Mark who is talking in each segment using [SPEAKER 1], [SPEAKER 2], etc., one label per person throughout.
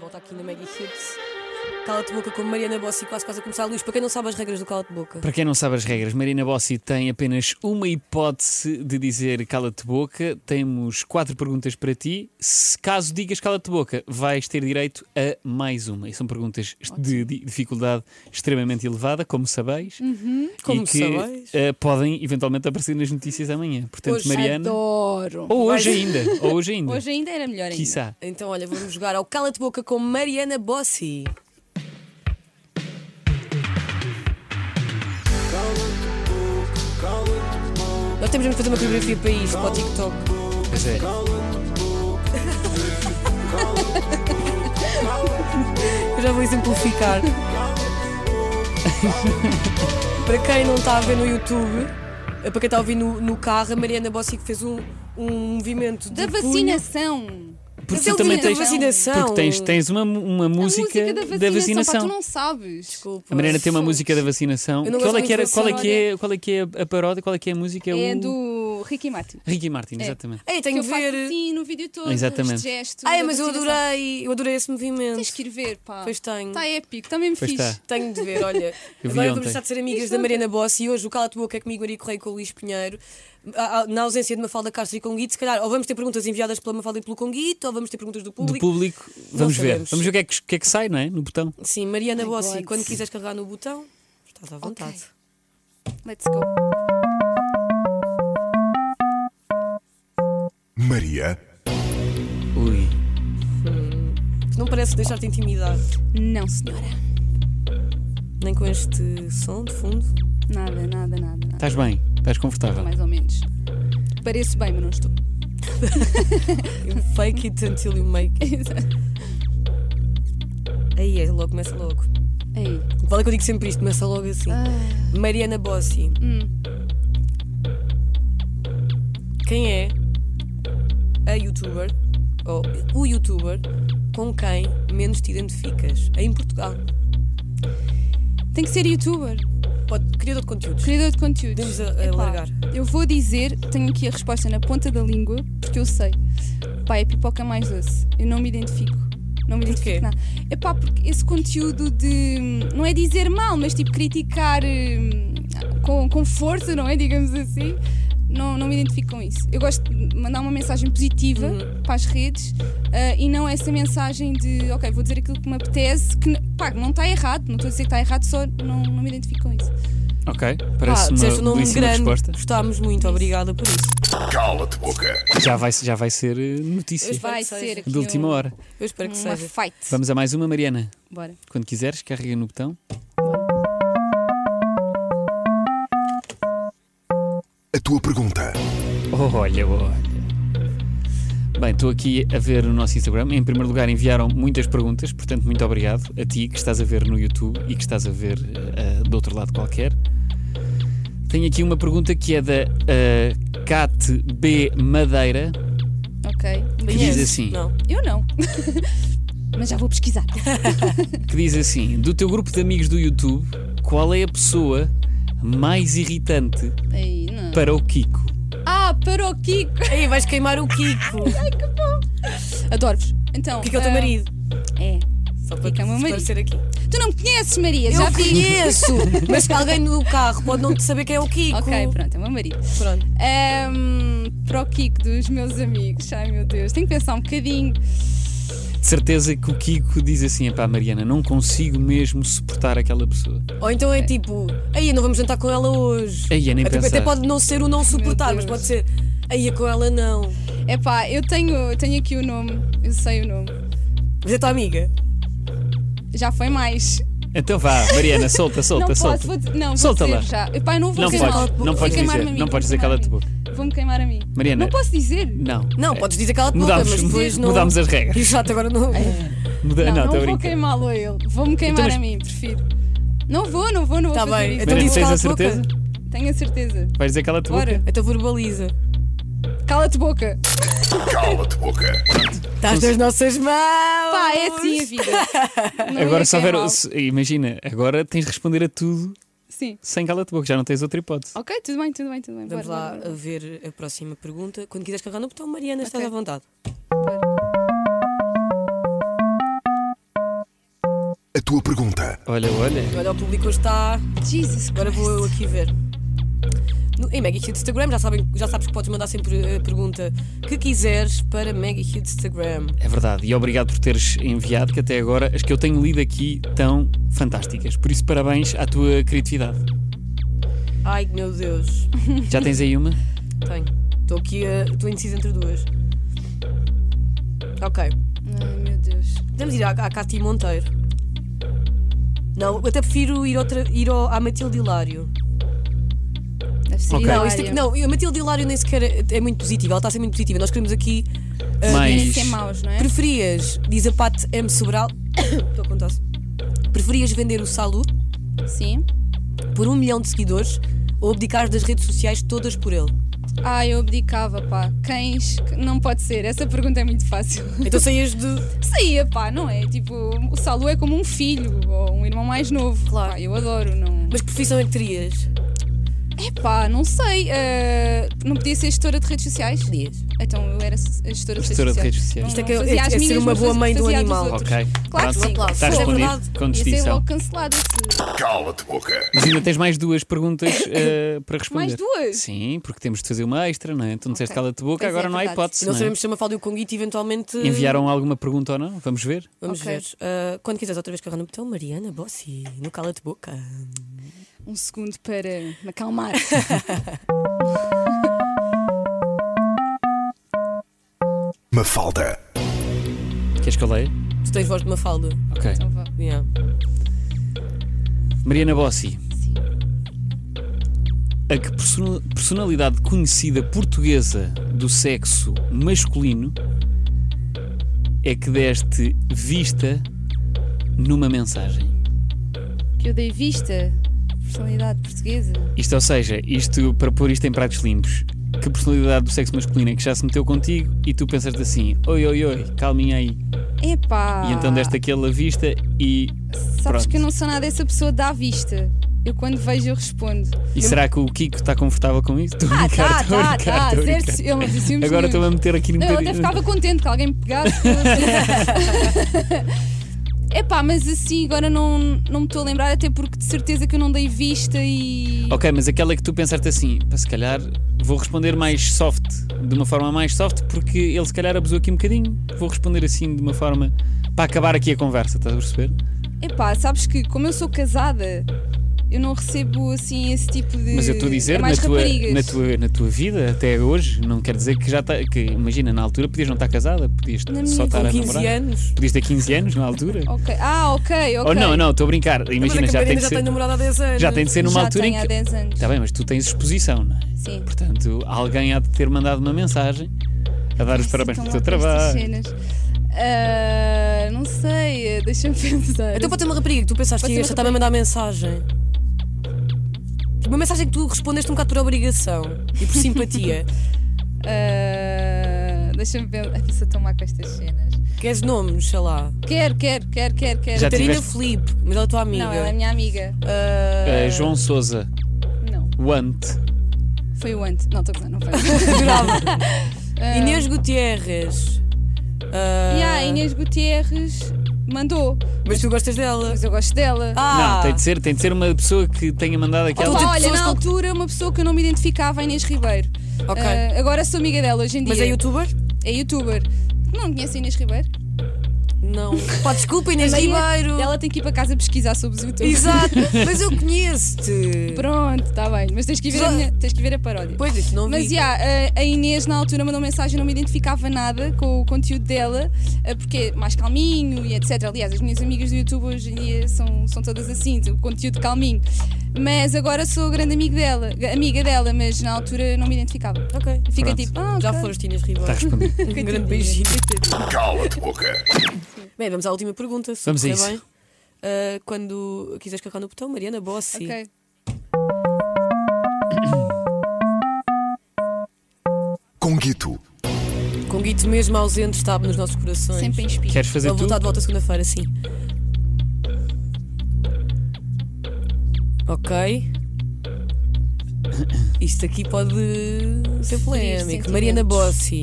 [SPEAKER 1] volta aqui na Maggie Hits. Cala-te boca com Mariana Bossi, quase quase a começar a luz. Para quem não sabe as regras do cala-te boca,
[SPEAKER 2] Para quem não sabe as regras, Marina Bossi tem apenas uma hipótese de dizer cala-te boca. Temos quatro perguntas para ti. Se caso digas cala-te boca, vais ter direito a mais uma. E são perguntas de, di- dificuldade extremamente elevada, como sabeis.
[SPEAKER 3] Uhum.
[SPEAKER 1] Como
[SPEAKER 2] e que
[SPEAKER 1] sabeis.
[SPEAKER 2] eh, podem eventualmente aparecer nas notícias amanhã. Portanto,
[SPEAKER 1] Hoje
[SPEAKER 2] Mariana.
[SPEAKER 3] Adoro.
[SPEAKER 2] Ou hoje ainda. Ou hoje ainda.
[SPEAKER 3] Hoje ainda era melhor ainda.
[SPEAKER 2] Quiçá.
[SPEAKER 1] então olha, vamos jogar ao cala-te boca com Mariana Bossi. Nós temos mesmo de fazer uma coreografia para isto, para o TikTok.
[SPEAKER 2] Pois é.
[SPEAKER 1] Eu já vou exemplificar. para quem não está a ver no YouTube, eh, para quem está a ouvir no, no carro, a Mariana Bossi que fez um, um movimento de
[SPEAKER 3] Da
[SPEAKER 1] punho.
[SPEAKER 3] vacinação. é
[SPEAKER 2] Porque
[SPEAKER 1] Mas
[SPEAKER 2] tu
[SPEAKER 1] ele
[SPEAKER 2] também
[SPEAKER 1] diz
[SPEAKER 2] tens.
[SPEAKER 1] da vacinação.
[SPEAKER 2] Porque tens, tens uma, uma
[SPEAKER 3] Então, A
[SPEAKER 2] música,
[SPEAKER 3] música da vacinação.
[SPEAKER 2] vacinação.
[SPEAKER 3] Pá, tu não sabes.
[SPEAKER 1] Desculpa.
[SPEAKER 2] A Mariana tem uma
[SPEAKER 3] Pois.
[SPEAKER 2] música da vacinação.
[SPEAKER 1] Eu não
[SPEAKER 2] Qual
[SPEAKER 1] gosto
[SPEAKER 2] é, que era,
[SPEAKER 1] muito
[SPEAKER 2] qual, é
[SPEAKER 1] dessa
[SPEAKER 2] que é, qual é que é a paródia? Qual é que é a música?
[SPEAKER 3] É
[SPEAKER 2] o...
[SPEAKER 3] do Ricky Martin.
[SPEAKER 2] Ricky Martin,
[SPEAKER 3] É.
[SPEAKER 2] exatamente.
[SPEAKER 1] Ei,
[SPEAKER 3] que
[SPEAKER 1] tenho
[SPEAKER 3] eu
[SPEAKER 1] de
[SPEAKER 3] faço
[SPEAKER 1] ver.
[SPEAKER 3] assim no vídeo todo.
[SPEAKER 2] Exatamente.
[SPEAKER 3] Este gesto.
[SPEAKER 1] Ai,
[SPEAKER 3] da
[SPEAKER 1] mas eu
[SPEAKER 3] vacinação.
[SPEAKER 1] adorei, eu adorei esse movimento.
[SPEAKER 3] Tens que ir ver, pá.
[SPEAKER 1] Pois tenho.
[SPEAKER 3] Está épico, também me
[SPEAKER 2] Pois tá.
[SPEAKER 3] fiz.
[SPEAKER 2] está.
[SPEAKER 1] Tenho de ver, olha.
[SPEAKER 2] Eu vi
[SPEAKER 1] Agora
[SPEAKER 2] ontem.
[SPEAKER 1] vamos deixar de ser amigas
[SPEAKER 3] Isto
[SPEAKER 1] da
[SPEAKER 3] ontem.
[SPEAKER 1] Mariana Bossi e hoje o Cala-te Boca é comigo, Ari Correia e com o Luís Pinheiro. Ah, ah, Na ausência de Mafalda Castro e Conguito, se calhar, ou vamos ter perguntas enviadas pela Mafalda e pelo Conguito, ou vamos ter perguntas do
[SPEAKER 2] Do
[SPEAKER 1] público.
[SPEAKER 2] público, vamos ver.
[SPEAKER 1] sabemos.
[SPEAKER 2] Vamos ver o que é que, o que é que sai, não é? No botão.
[SPEAKER 1] Sim, Mariana
[SPEAKER 3] Ai,
[SPEAKER 1] Bossi,
[SPEAKER 3] God.
[SPEAKER 1] quando quiseres carregar no botão, estás à vontade.
[SPEAKER 3] Let's go.
[SPEAKER 4] Maria,
[SPEAKER 2] Ui.
[SPEAKER 1] Não parece deixar-te intimidar,
[SPEAKER 3] Não, senhora.
[SPEAKER 1] nem com este som de fundo.
[SPEAKER 3] Nada, nada, nada. nada.
[SPEAKER 2] Estás bem, estás confortável.
[SPEAKER 3] Mais ou menos. Pareço bem, mas não estou.
[SPEAKER 1] You fake it until you make it. Aí é, logo, começa logo.
[SPEAKER 3] Ei.
[SPEAKER 1] Vale que eu digo sempre isto, começa logo assim.
[SPEAKER 3] Ah,
[SPEAKER 1] Mariana Bossi.
[SPEAKER 3] hum.
[SPEAKER 1] quem é a youtuber ou o youtuber com quem menos te identificas em Portugal?
[SPEAKER 3] Tem que ser youtuber.
[SPEAKER 1] Pode, criador de conteúdos.
[SPEAKER 3] Criador de conteúdos.
[SPEAKER 1] Podemos a-
[SPEAKER 3] Epá,
[SPEAKER 1] alargar.
[SPEAKER 3] Eu vou dizer, tenho aqui a resposta na ponta da língua, porque eu sei. Pá, é pipoca mais doce. Eu não me identifico. Não me
[SPEAKER 1] Porquê?
[SPEAKER 3] identifico nada. É pá, porque esse conteúdo de. Não é dizer mal, mas tipo criticar hum, com, com força, não é? Digamos assim. Não, não me identifico com isso. Eu gosto de mandar uma mensagem positiva
[SPEAKER 1] Uhum.
[SPEAKER 3] para as redes ah, e não essa mensagem de, ok, vou dizer aquilo que me apetece, que n- pá, não está errado, não estou a dizer que está errado, só não, não me identifico com isso.
[SPEAKER 2] Ok, parece
[SPEAKER 1] ah, disseste um
[SPEAKER 2] uma
[SPEAKER 1] nome
[SPEAKER 2] belíssima
[SPEAKER 1] grande.
[SPEAKER 2] resposta.
[SPEAKER 1] Gostámos muito, obrigada por isso.
[SPEAKER 4] cala-te boca.
[SPEAKER 2] Já vai, já vai ser eh,
[SPEAKER 1] Eu
[SPEAKER 2] notícia
[SPEAKER 1] espero-
[SPEAKER 3] Vai
[SPEAKER 1] que
[SPEAKER 3] ser
[SPEAKER 1] seja.
[SPEAKER 3] aqui
[SPEAKER 2] de última
[SPEAKER 3] um-
[SPEAKER 2] hora.
[SPEAKER 1] Eu espero que
[SPEAKER 3] uma
[SPEAKER 1] seja.
[SPEAKER 3] fight.
[SPEAKER 2] Vamos a mais uma, Mariana.
[SPEAKER 3] Bora.
[SPEAKER 2] Quando quiseres, carrega no botão.
[SPEAKER 4] A tua pergunta.
[SPEAKER 2] Olha, olha. Bem, estou aqui a ver o nosso Instagram. Em primeiro lugar, enviaram muitas perguntas, portanto, muito obrigado a ti que estás a ver no YouTube e que estás a ver eh, eh, do outro lado qualquer. Tenho aqui uma pergunta que é da eh, Cat B Madeira.
[SPEAKER 3] Ok.
[SPEAKER 2] Que diz assim.
[SPEAKER 1] é. Não.
[SPEAKER 3] Eu não. Mas já vou pesquisar.
[SPEAKER 2] que diz assim: Do teu grupo de amigos do YouTube, qual é a pessoa mais irritante
[SPEAKER 3] Aí, não.
[SPEAKER 2] para o Kiko?
[SPEAKER 3] Ah, para o Kiko.
[SPEAKER 1] Aí vais queimar o Kiko. O
[SPEAKER 3] Adoro-vos. Então.
[SPEAKER 1] Kiko é o teu
[SPEAKER 3] ah,
[SPEAKER 1] marido.
[SPEAKER 3] É.
[SPEAKER 1] Só
[SPEAKER 3] Kiko é o meu marido.
[SPEAKER 1] esclarecer aqui.
[SPEAKER 3] Tu não me conheces, Maria?
[SPEAKER 1] Eu
[SPEAKER 3] já vi.
[SPEAKER 1] conheço, mas alguém no carro pode não saber quem é o Kiko.
[SPEAKER 3] Ok, pronto, é o meu marido.
[SPEAKER 1] Pronto.
[SPEAKER 3] Ahm, para o Kiko dos meus amigos. Ai meu Deus, tenho que pensar um bocadinho.
[SPEAKER 2] De certeza que o Kiko diz assim: Epá, Mariana, não consigo mesmo suportar aquela pessoa.
[SPEAKER 1] Ou então é tipo, aí não vamos jantar com ela hoje.
[SPEAKER 2] Aí é nem
[SPEAKER 1] até, até
[SPEAKER 2] pensar.
[SPEAKER 1] pode não ser o não suportar, mas
[SPEAKER 3] Deus.
[SPEAKER 1] pode ser, aí é com ela não.
[SPEAKER 3] É pá, eu tenho, eu tenho aqui o nome. Eu sei o nome.
[SPEAKER 1] Mas é tua amiga.
[SPEAKER 3] Já foi mais.
[SPEAKER 2] Então vá, Mariana, solta, solta,
[SPEAKER 3] não
[SPEAKER 2] solta.
[SPEAKER 3] posso, vou dizer. Não, vou
[SPEAKER 2] Solta lá.
[SPEAKER 3] dizer já. Epá, eu não vou
[SPEAKER 2] Não
[SPEAKER 3] queimar.
[SPEAKER 2] podes,
[SPEAKER 3] Vou-
[SPEAKER 2] não
[SPEAKER 3] vou
[SPEAKER 2] podes
[SPEAKER 3] queimar-me
[SPEAKER 2] dizer,
[SPEAKER 3] a mim,
[SPEAKER 2] não
[SPEAKER 3] vou
[SPEAKER 2] podes dizer
[SPEAKER 3] queimar-me
[SPEAKER 2] cala-te
[SPEAKER 3] a mim. Vou-me queimar a mim.
[SPEAKER 2] Mariana.
[SPEAKER 3] Não posso dizer?
[SPEAKER 2] Não.
[SPEAKER 1] Não,
[SPEAKER 2] É,
[SPEAKER 1] podes dizer cala-te boca,
[SPEAKER 2] Mudámos-
[SPEAKER 1] mas depois não.
[SPEAKER 2] mudámos as regras.
[SPEAKER 1] Exato, agora não.
[SPEAKER 3] É.
[SPEAKER 2] Muda- não,
[SPEAKER 3] Não,
[SPEAKER 2] estou
[SPEAKER 3] não,
[SPEAKER 2] a
[SPEAKER 3] vou
[SPEAKER 2] brincar.
[SPEAKER 3] queimá-lo a ele. Vou-me queimar
[SPEAKER 2] mas-
[SPEAKER 3] a mim, prefiro. Não vou, não vou, não vou
[SPEAKER 1] Tá
[SPEAKER 3] fazer
[SPEAKER 1] bem,
[SPEAKER 3] isso.
[SPEAKER 1] então
[SPEAKER 2] Mariana,
[SPEAKER 1] diz
[SPEAKER 2] tens a
[SPEAKER 1] cala-te boca.
[SPEAKER 2] certeza?
[SPEAKER 3] Tenho a certeza.
[SPEAKER 2] Vais dizer cala-te boca?
[SPEAKER 3] Bora.
[SPEAKER 1] Então verbaliza.
[SPEAKER 3] Cala-te boca.
[SPEAKER 4] Cala-te boca.
[SPEAKER 1] Estás nas nossas mãos!
[SPEAKER 3] Pá, é assim a vida. Não
[SPEAKER 2] Agora,
[SPEAKER 3] ia
[SPEAKER 2] se houver.
[SPEAKER 3] queimá-lo.
[SPEAKER 2] se- Imagina, agora tens de responder a tudo
[SPEAKER 3] Sim.
[SPEAKER 2] sem cala-te boca, já não tens outra hipótese.
[SPEAKER 3] Ok, tudo bem, tudo bem, tudo bem.
[SPEAKER 1] Vamos
[SPEAKER 3] Bora,
[SPEAKER 1] lá
[SPEAKER 3] bora,
[SPEAKER 1] a ver a próxima pergunta. Quando quiseres carregar no botão, Mariana, estás
[SPEAKER 3] Ok.
[SPEAKER 1] à vontade.
[SPEAKER 3] bora, bora.
[SPEAKER 4] tua pergunta.
[SPEAKER 2] Olha, olha.
[SPEAKER 1] Olha, o público hoje está.
[SPEAKER 3] Jesus
[SPEAKER 1] Agora vou eu
[SPEAKER 3] Christ.
[SPEAKER 1] aqui ver. No, em Maggie Hughes Instagram, já, sabem, já sabes que podes mandar sempre a pergunta que quiseres para Maggie Hughes Instagram.
[SPEAKER 2] É verdade, e obrigado por teres enviado, que até agora as que eu tenho lido aqui estão fantásticas. Por isso, parabéns à tua criatividade.
[SPEAKER 1] Ai meu Deus.
[SPEAKER 2] Já tens aí uma?
[SPEAKER 1] Tenho. Estou aqui, a- estou indecisa entre duas. Ok.
[SPEAKER 3] Ai meu Deus.
[SPEAKER 1] Podemos ir à, à Cátia Monteiro. Não, eu até prefiro ir, outra, ir ao, à Matilde Hilário.
[SPEAKER 3] Deve ser
[SPEAKER 2] Ok.
[SPEAKER 1] Não,
[SPEAKER 3] hilário.
[SPEAKER 1] isto aqui, não, a Matilde Hilário nem sequer é, é muito positiva, ela está a ser muito positiva. Nós queremos aqui. ah,
[SPEAKER 2] Mas-
[SPEAKER 3] Devem ser maus, não é?
[SPEAKER 1] Preferias, diz a Pat M. Sobral. Estou a contar Preferias vender o Salu
[SPEAKER 3] Sim.
[SPEAKER 1] por um milhão de seguidores ou abdicar das redes sociais todas por ele?
[SPEAKER 3] Ah, eu abdicava, pá. Cães, que- não pode ser. Essa pergunta é muito fácil.
[SPEAKER 1] Então saías de.
[SPEAKER 3] Saía, pá, não é? Tipo, o Salu é como um filho ou um irmão mais novo. Claro. eu adoro, não.
[SPEAKER 1] Mas que profissão é que terias?
[SPEAKER 3] Pá, não sei. eh, não podia ser gestora de redes sociais?
[SPEAKER 1] Podias.
[SPEAKER 3] Então eu era s- a gestora,
[SPEAKER 2] Gestora
[SPEAKER 3] de
[SPEAKER 2] de
[SPEAKER 3] redes
[SPEAKER 2] redes sociais.
[SPEAKER 3] sociais.
[SPEAKER 1] Isto é que
[SPEAKER 3] Não,
[SPEAKER 1] é-
[SPEAKER 3] fazia
[SPEAKER 1] é
[SPEAKER 3] as
[SPEAKER 1] ser
[SPEAKER 3] minhas,
[SPEAKER 1] uma
[SPEAKER 3] mas
[SPEAKER 1] boa mãe do
[SPEAKER 3] fazia a dos
[SPEAKER 1] animal.
[SPEAKER 3] outros.
[SPEAKER 2] Ok.
[SPEAKER 3] Claro que sim.
[SPEAKER 1] Pronto,
[SPEAKER 2] Está
[SPEAKER 1] Sim, é
[SPEAKER 2] respondido.
[SPEAKER 1] verdade.
[SPEAKER 2] Com
[SPEAKER 3] Ia ser
[SPEAKER 2] distinção.
[SPEAKER 3] logo cancelado esse.
[SPEAKER 4] Cala-te boca.
[SPEAKER 2] Mas ainda tens mais duas perguntas eh, para responder.
[SPEAKER 3] Mais duas?
[SPEAKER 2] Sim, porque temos de fazer uma extra, não é? Tu não disseste
[SPEAKER 3] Ok.
[SPEAKER 2] cala-te boca,
[SPEAKER 3] Pois é,
[SPEAKER 2] agora não há
[SPEAKER 3] verdade.
[SPEAKER 1] E
[SPEAKER 2] hipótese.
[SPEAKER 1] não
[SPEAKER 2] não é?
[SPEAKER 1] sabemos se a Mafalda e o Conguito eventualmente.
[SPEAKER 2] Enviaram alguma pergunta ou não? Vamos ver.
[SPEAKER 1] Vamos
[SPEAKER 3] Ok.
[SPEAKER 1] ver. Ah, quando quiseres outra vez carrar no botão, Mariana Bossi, no cala-te boca.
[SPEAKER 3] Um segundo para me acalmar.
[SPEAKER 4] Mafalda.
[SPEAKER 2] Queres que eu leia?
[SPEAKER 1] Tu tens voz de Mafalda.
[SPEAKER 2] Ok.
[SPEAKER 3] Então vá.
[SPEAKER 1] Yeah.
[SPEAKER 2] Mariana Bossi.
[SPEAKER 3] Sim.
[SPEAKER 2] A que perso- personalidade conhecida portuguesa do sexo masculino é que deste vista numa mensagem?
[SPEAKER 3] Que eu dei vista. Personalidade portuguesa.
[SPEAKER 2] Isto, ou seja, isto para pôr isto em pratos limpos, que personalidade do sexo masculino é que já se meteu contigo e tu pensaste assim, oi, oi, oi, calminha aí.
[SPEAKER 3] Epá.
[SPEAKER 2] E então deste aquela vista e.
[SPEAKER 3] Sabes
[SPEAKER 2] Pronto.
[SPEAKER 3] que Ah. eu não sou nada essa pessoa da vista. Eu quando vejo eu respondo.
[SPEAKER 2] E será que o Kiko está confortável com isso? Estou a
[SPEAKER 3] Ah,
[SPEAKER 2] brincar,
[SPEAKER 3] tá,
[SPEAKER 2] estou a
[SPEAKER 3] tá,
[SPEAKER 2] brincar,
[SPEAKER 3] tá.
[SPEAKER 2] estou a
[SPEAKER 3] Zero,
[SPEAKER 2] brincar.
[SPEAKER 3] eu não disse ciúmes
[SPEAKER 2] Agora
[SPEAKER 3] nenhum.
[SPEAKER 2] estou a meter aqui um no
[SPEAKER 3] Não, eu até ficava contente que alguém me pegasse. É pá, mas assim, agora não, não me estou a lembrar, até porque de certeza que eu não dei vista e.
[SPEAKER 2] Ok, mas aquela que tu pensaste assim, pá, se calhar vou responder mais soft, de uma forma mais soft, porque ele se calhar abusou aqui um bocadinho. Vou responder assim de uma forma para acabar aqui a conversa, estás a perceber?
[SPEAKER 3] É pá, sabes que como eu sou casada, eu não recebo assim esse tipo de.
[SPEAKER 2] Mas eu estou a
[SPEAKER 3] é
[SPEAKER 2] dizer, na,
[SPEAKER 3] mais
[SPEAKER 2] tua,
[SPEAKER 3] raparigas.
[SPEAKER 2] na, tua, na tua vida até hoje, não quer dizer que já está. Que, imagina, na altura podias não estar casada, podias
[SPEAKER 3] minha-
[SPEAKER 2] só estar
[SPEAKER 1] Com
[SPEAKER 2] a
[SPEAKER 1] 15
[SPEAKER 2] namorar.
[SPEAKER 1] anos.
[SPEAKER 2] Podias ter 15 anos na altura.
[SPEAKER 3] Ok. Ah, ok, ok.
[SPEAKER 2] Ou Oh, não, não, estou a brincar. Imagina,
[SPEAKER 1] Mas é a
[SPEAKER 2] já tem,
[SPEAKER 1] Catarina
[SPEAKER 2] de
[SPEAKER 1] já tá
[SPEAKER 2] ser,
[SPEAKER 1] tem namorado há 10 anos.
[SPEAKER 2] já tem de ser numa
[SPEAKER 3] Já
[SPEAKER 2] altura
[SPEAKER 3] tenho
[SPEAKER 2] em
[SPEAKER 3] há
[SPEAKER 2] que. Então,
[SPEAKER 3] 10 anos.
[SPEAKER 2] Está bem, mas tu tens exposição, não é?
[SPEAKER 3] Sim.
[SPEAKER 2] Portanto, alguém há de ter mandado uma mensagem a dar os parabéns pelo
[SPEAKER 3] Estão
[SPEAKER 2] teu
[SPEAKER 3] lá com estas
[SPEAKER 2] trabalho.
[SPEAKER 3] cenas. Ah, não sei, deixa-me pensar.
[SPEAKER 1] Então pode ter uma rapariga que tu pensaste que
[SPEAKER 3] Pode ser
[SPEAKER 1] ia
[SPEAKER 3] uma
[SPEAKER 1] já está a mandar mensagem. Tipo, Uma mensagem que tu respondeste um bocado por obrigação e por simpatia.
[SPEAKER 3] Ah, deixa-me pensar. Ai, sou tão má com estas cenas.
[SPEAKER 1] Queres nomes, sei lá.
[SPEAKER 3] Quero, quero, quero, quero, quero.
[SPEAKER 2] Já
[SPEAKER 1] Catarina
[SPEAKER 2] tiveste-
[SPEAKER 1] Felipe, mas ela é tua amiga.
[SPEAKER 3] Não, ela é minha amiga.
[SPEAKER 1] Ah,
[SPEAKER 2] Eh, João Souza,
[SPEAKER 3] Não.
[SPEAKER 2] Want.
[SPEAKER 3] Foi o Ant. Não, estou a gozar, não foi. Ah,
[SPEAKER 1] Adorava. Inês Gutierrez. Ah,
[SPEAKER 3] e a Inês Gutierrez mandou.
[SPEAKER 1] Mas tu gostas dela.
[SPEAKER 3] Mas eu gosto dela.
[SPEAKER 1] Ah,
[SPEAKER 2] Não, tem de, ser, tem de ser uma pessoa que tenha mandado aquela.
[SPEAKER 1] Ou tu-
[SPEAKER 3] Pá, olha,
[SPEAKER 1] pessoas
[SPEAKER 3] na
[SPEAKER 1] com-
[SPEAKER 3] altura, uma pessoa que eu não me identificava, a Inês Ribeiro.
[SPEAKER 1] Ok.
[SPEAKER 3] Ah, agora sou amiga dela hoje em dia.
[SPEAKER 1] mas é youtuber?
[SPEAKER 3] É youtuber. Não conheço a Inês Ribeiro?
[SPEAKER 1] Não. Pá, desculpa, Inês
[SPEAKER 3] Também é-
[SPEAKER 1] Ribeiro.
[SPEAKER 3] Ela tem que ir para casa pesquisar sobre os youtubers.
[SPEAKER 1] Exato, mas eu conheço-te.
[SPEAKER 3] Pronto, está bem. Mas tens que ir ver a, minha- tens que ir ver a paródia.
[SPEAKER 1] Pois, isso não
[SPEAKER 3] Mas
[SPEAKER 1] vi.
[SPEAKER 3] já, a- a Inês na altura mandou mensagem, não me identificava nada com o conteúdo dela, eh, porque é mais calminho e etc. Aliás, as minhas amigas do YouTube hoje em dia são, são todas assim, o conteúdo calminho. Mas agora sou grande amigo dela, amiga dela, mas na altura não me identificava.
[SPEAKER 1] Ok.
[SPEAKER 3] Fica
[SPEAKER 2] Pronto.
[SPEAKER 3] tipo, ah,
[SPEAKER 1] Já
[SPEAKER 3] ok.
[SPEAKER 1] foste, Inês
[SPEAKER 2] Está
[SPEAKER 1] Ribeiro.
[SPEAKER 2] respondido.
[SPEAKER 1] Um grande beijinho.
[SPEAKER 4] Cala-te boca.
[SPEAKER 1] Bem, vamos à última pergunta. se
[SPEAKER 2] Vamos a
[SPEAKER 1] correr
[SPEAKER 2] isso.
[SPEAKER 1] bem. Ah, quando quiseres carregar no botão, Mariana Bossi.
[SPEAKER 3] Ok.
[SPEAKER 4] Conguito.
[SPEAKER 1] Com Guito mesmo ausente, está nos nossos corações.
[SPEAKER 3] Sempre em espírito.
[SPEAKER 2] Queres fazer
[SPEAKER 1] Vou
[SPEAKER 2] tu?
[SPEAKER 1] voltar de volta segunda-feira, sim. Ok. Isto aqui pode ser polémico. Hum.
[SPEAKER 3] sentimentos.
[SPEAKER 1] Mariana Bossi,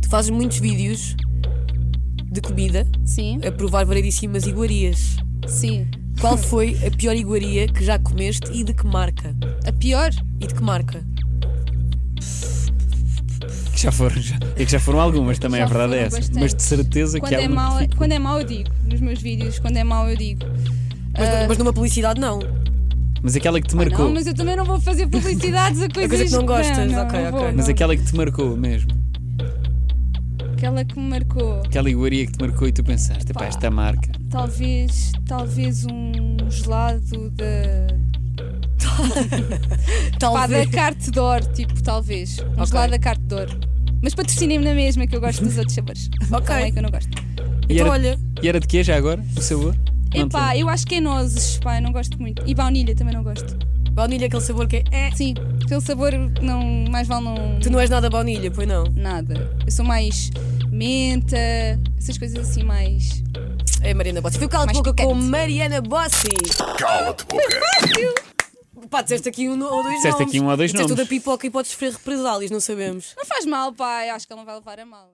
[SPEAKER 1] tu fazes muitos vídeos de comida
[SPEAKER 3] Sim,
[SPEAKER 1] a provar variedíssimas iguarias.
[SPEAKER 3] sim.
[SPEAKER 1] Qual foi a pior iguaria que já comeste e de que marca?
[SPEAKER 3] A pior?
[SPEAKER 1] E de que marca?
[SPEAKER 2] Que já foram, já, é que já foram algumas, também
[SPEAKER 3] Já
[SPEAKER 2] a verdade é
[SPEAKER 3] foram
[SPEAKER 2] essa.
[SPEAKER 3] bastantes.
[SPEAKER 2] Mas de certeza
[SPEAKER 3] Quando
[SPEAKER 2] que há
[SPEAKER 3] é,
[SPEAKER 2] uma
[SPEAKER 3] mau,
[SPEAKER 2] que fica-
[SPEAKER 3] quando é mau, eu digo. Nos meus vídeos, quando é mau, eu digo.
[SPEAKER 1] Mas,
[SPEAKER 3] Ah,
[SPEAKER 1] mas numa publicidade, não.
[SPEAKER 2] Mas aquela que te marcou.
[SPEAKER 3] Não, é mas eu também não vou fazer publicidades a coisas
[SPEAKER 1] É coisa que não gostas,
[SPEAKER 3] não,
[SPEAKER 1] ok,
[SPEAKER 3] não
[SPEAKER 1] ok.
[SPEAKER 3] vou,
[SPEAKER 2] Mas
[SPEAKER 3] não.
[SPEAKER 2] aquela que te marcou mesmo.
[SPEAKER 3] Aquela que me marcou.
[SPEAKER 2] Aquela iguaria que te marcou e tu pensaste, pá,
[SPEAKER 3] Pá.
[SPEAKER 2] esta marca.
[SPEAKER 3] Talvez, talvez um gelado da, pá, da
[SPEAKER 1] Talvez.
[SPEAKER 3] Carte de Ouro, tipo, talvez. Um
[SPEAKER 1] Ok.
[SPEAKER 3] gelado da Carte de Ouro. Mas patrocinem-me na mesma, que eu gosto dos outros sabores.
[SPEAKER 1] Ok.
[SPEAKER 3] Também que eu não gosto.
[SPEAKER 2] E
[SPEAKER 1] Então,
[SPEAKER 2] era,
[SPEAKER 1] olha,
[SPEAKER 2] e era de quê já agora? O sabor? Não te
[SPEAKER 3] Epá, eu acho que é nozes, pá, eu não gosto muito. E baunilha também não gosto.
[SPEAKER 1] baunilha é aquele sabor que é. "Eh".
[SPEAKER 3] Sim, aquele sabor não, mais vale não.
[SPEAKER 1] Tu não é- és nada baunilha, pois não?
[SPEAKER 3] Nada. Eu sou mais menta, essas coisas assim mais.
[SPEAKER 1] É Mariana Bossi. Fui cala a
[SPEAKER 3] Mais
[SPEAKER 1] boca com
[SPEAKER 3] picante.
[SPEAKER 1] Mariana Bossi.
[SPEAKER 4] Cala-te boca.
[SPEAKER 1] Pá, disseste aqui um ou dois
[SPEAKER 2] Disseste
[SPEAKER 1] nomes.
[SPEAKER 2] aqui um ou dois
[SPEAKER 1] Disseste
[SPEAKER 2] nomes.
[SPEAKER 1] tudo a pipoca e podes sofrer represálias, não sabemos.
[SPEAKER 3] Não faz mal, pá, eu acho que ele não vai levar a mal.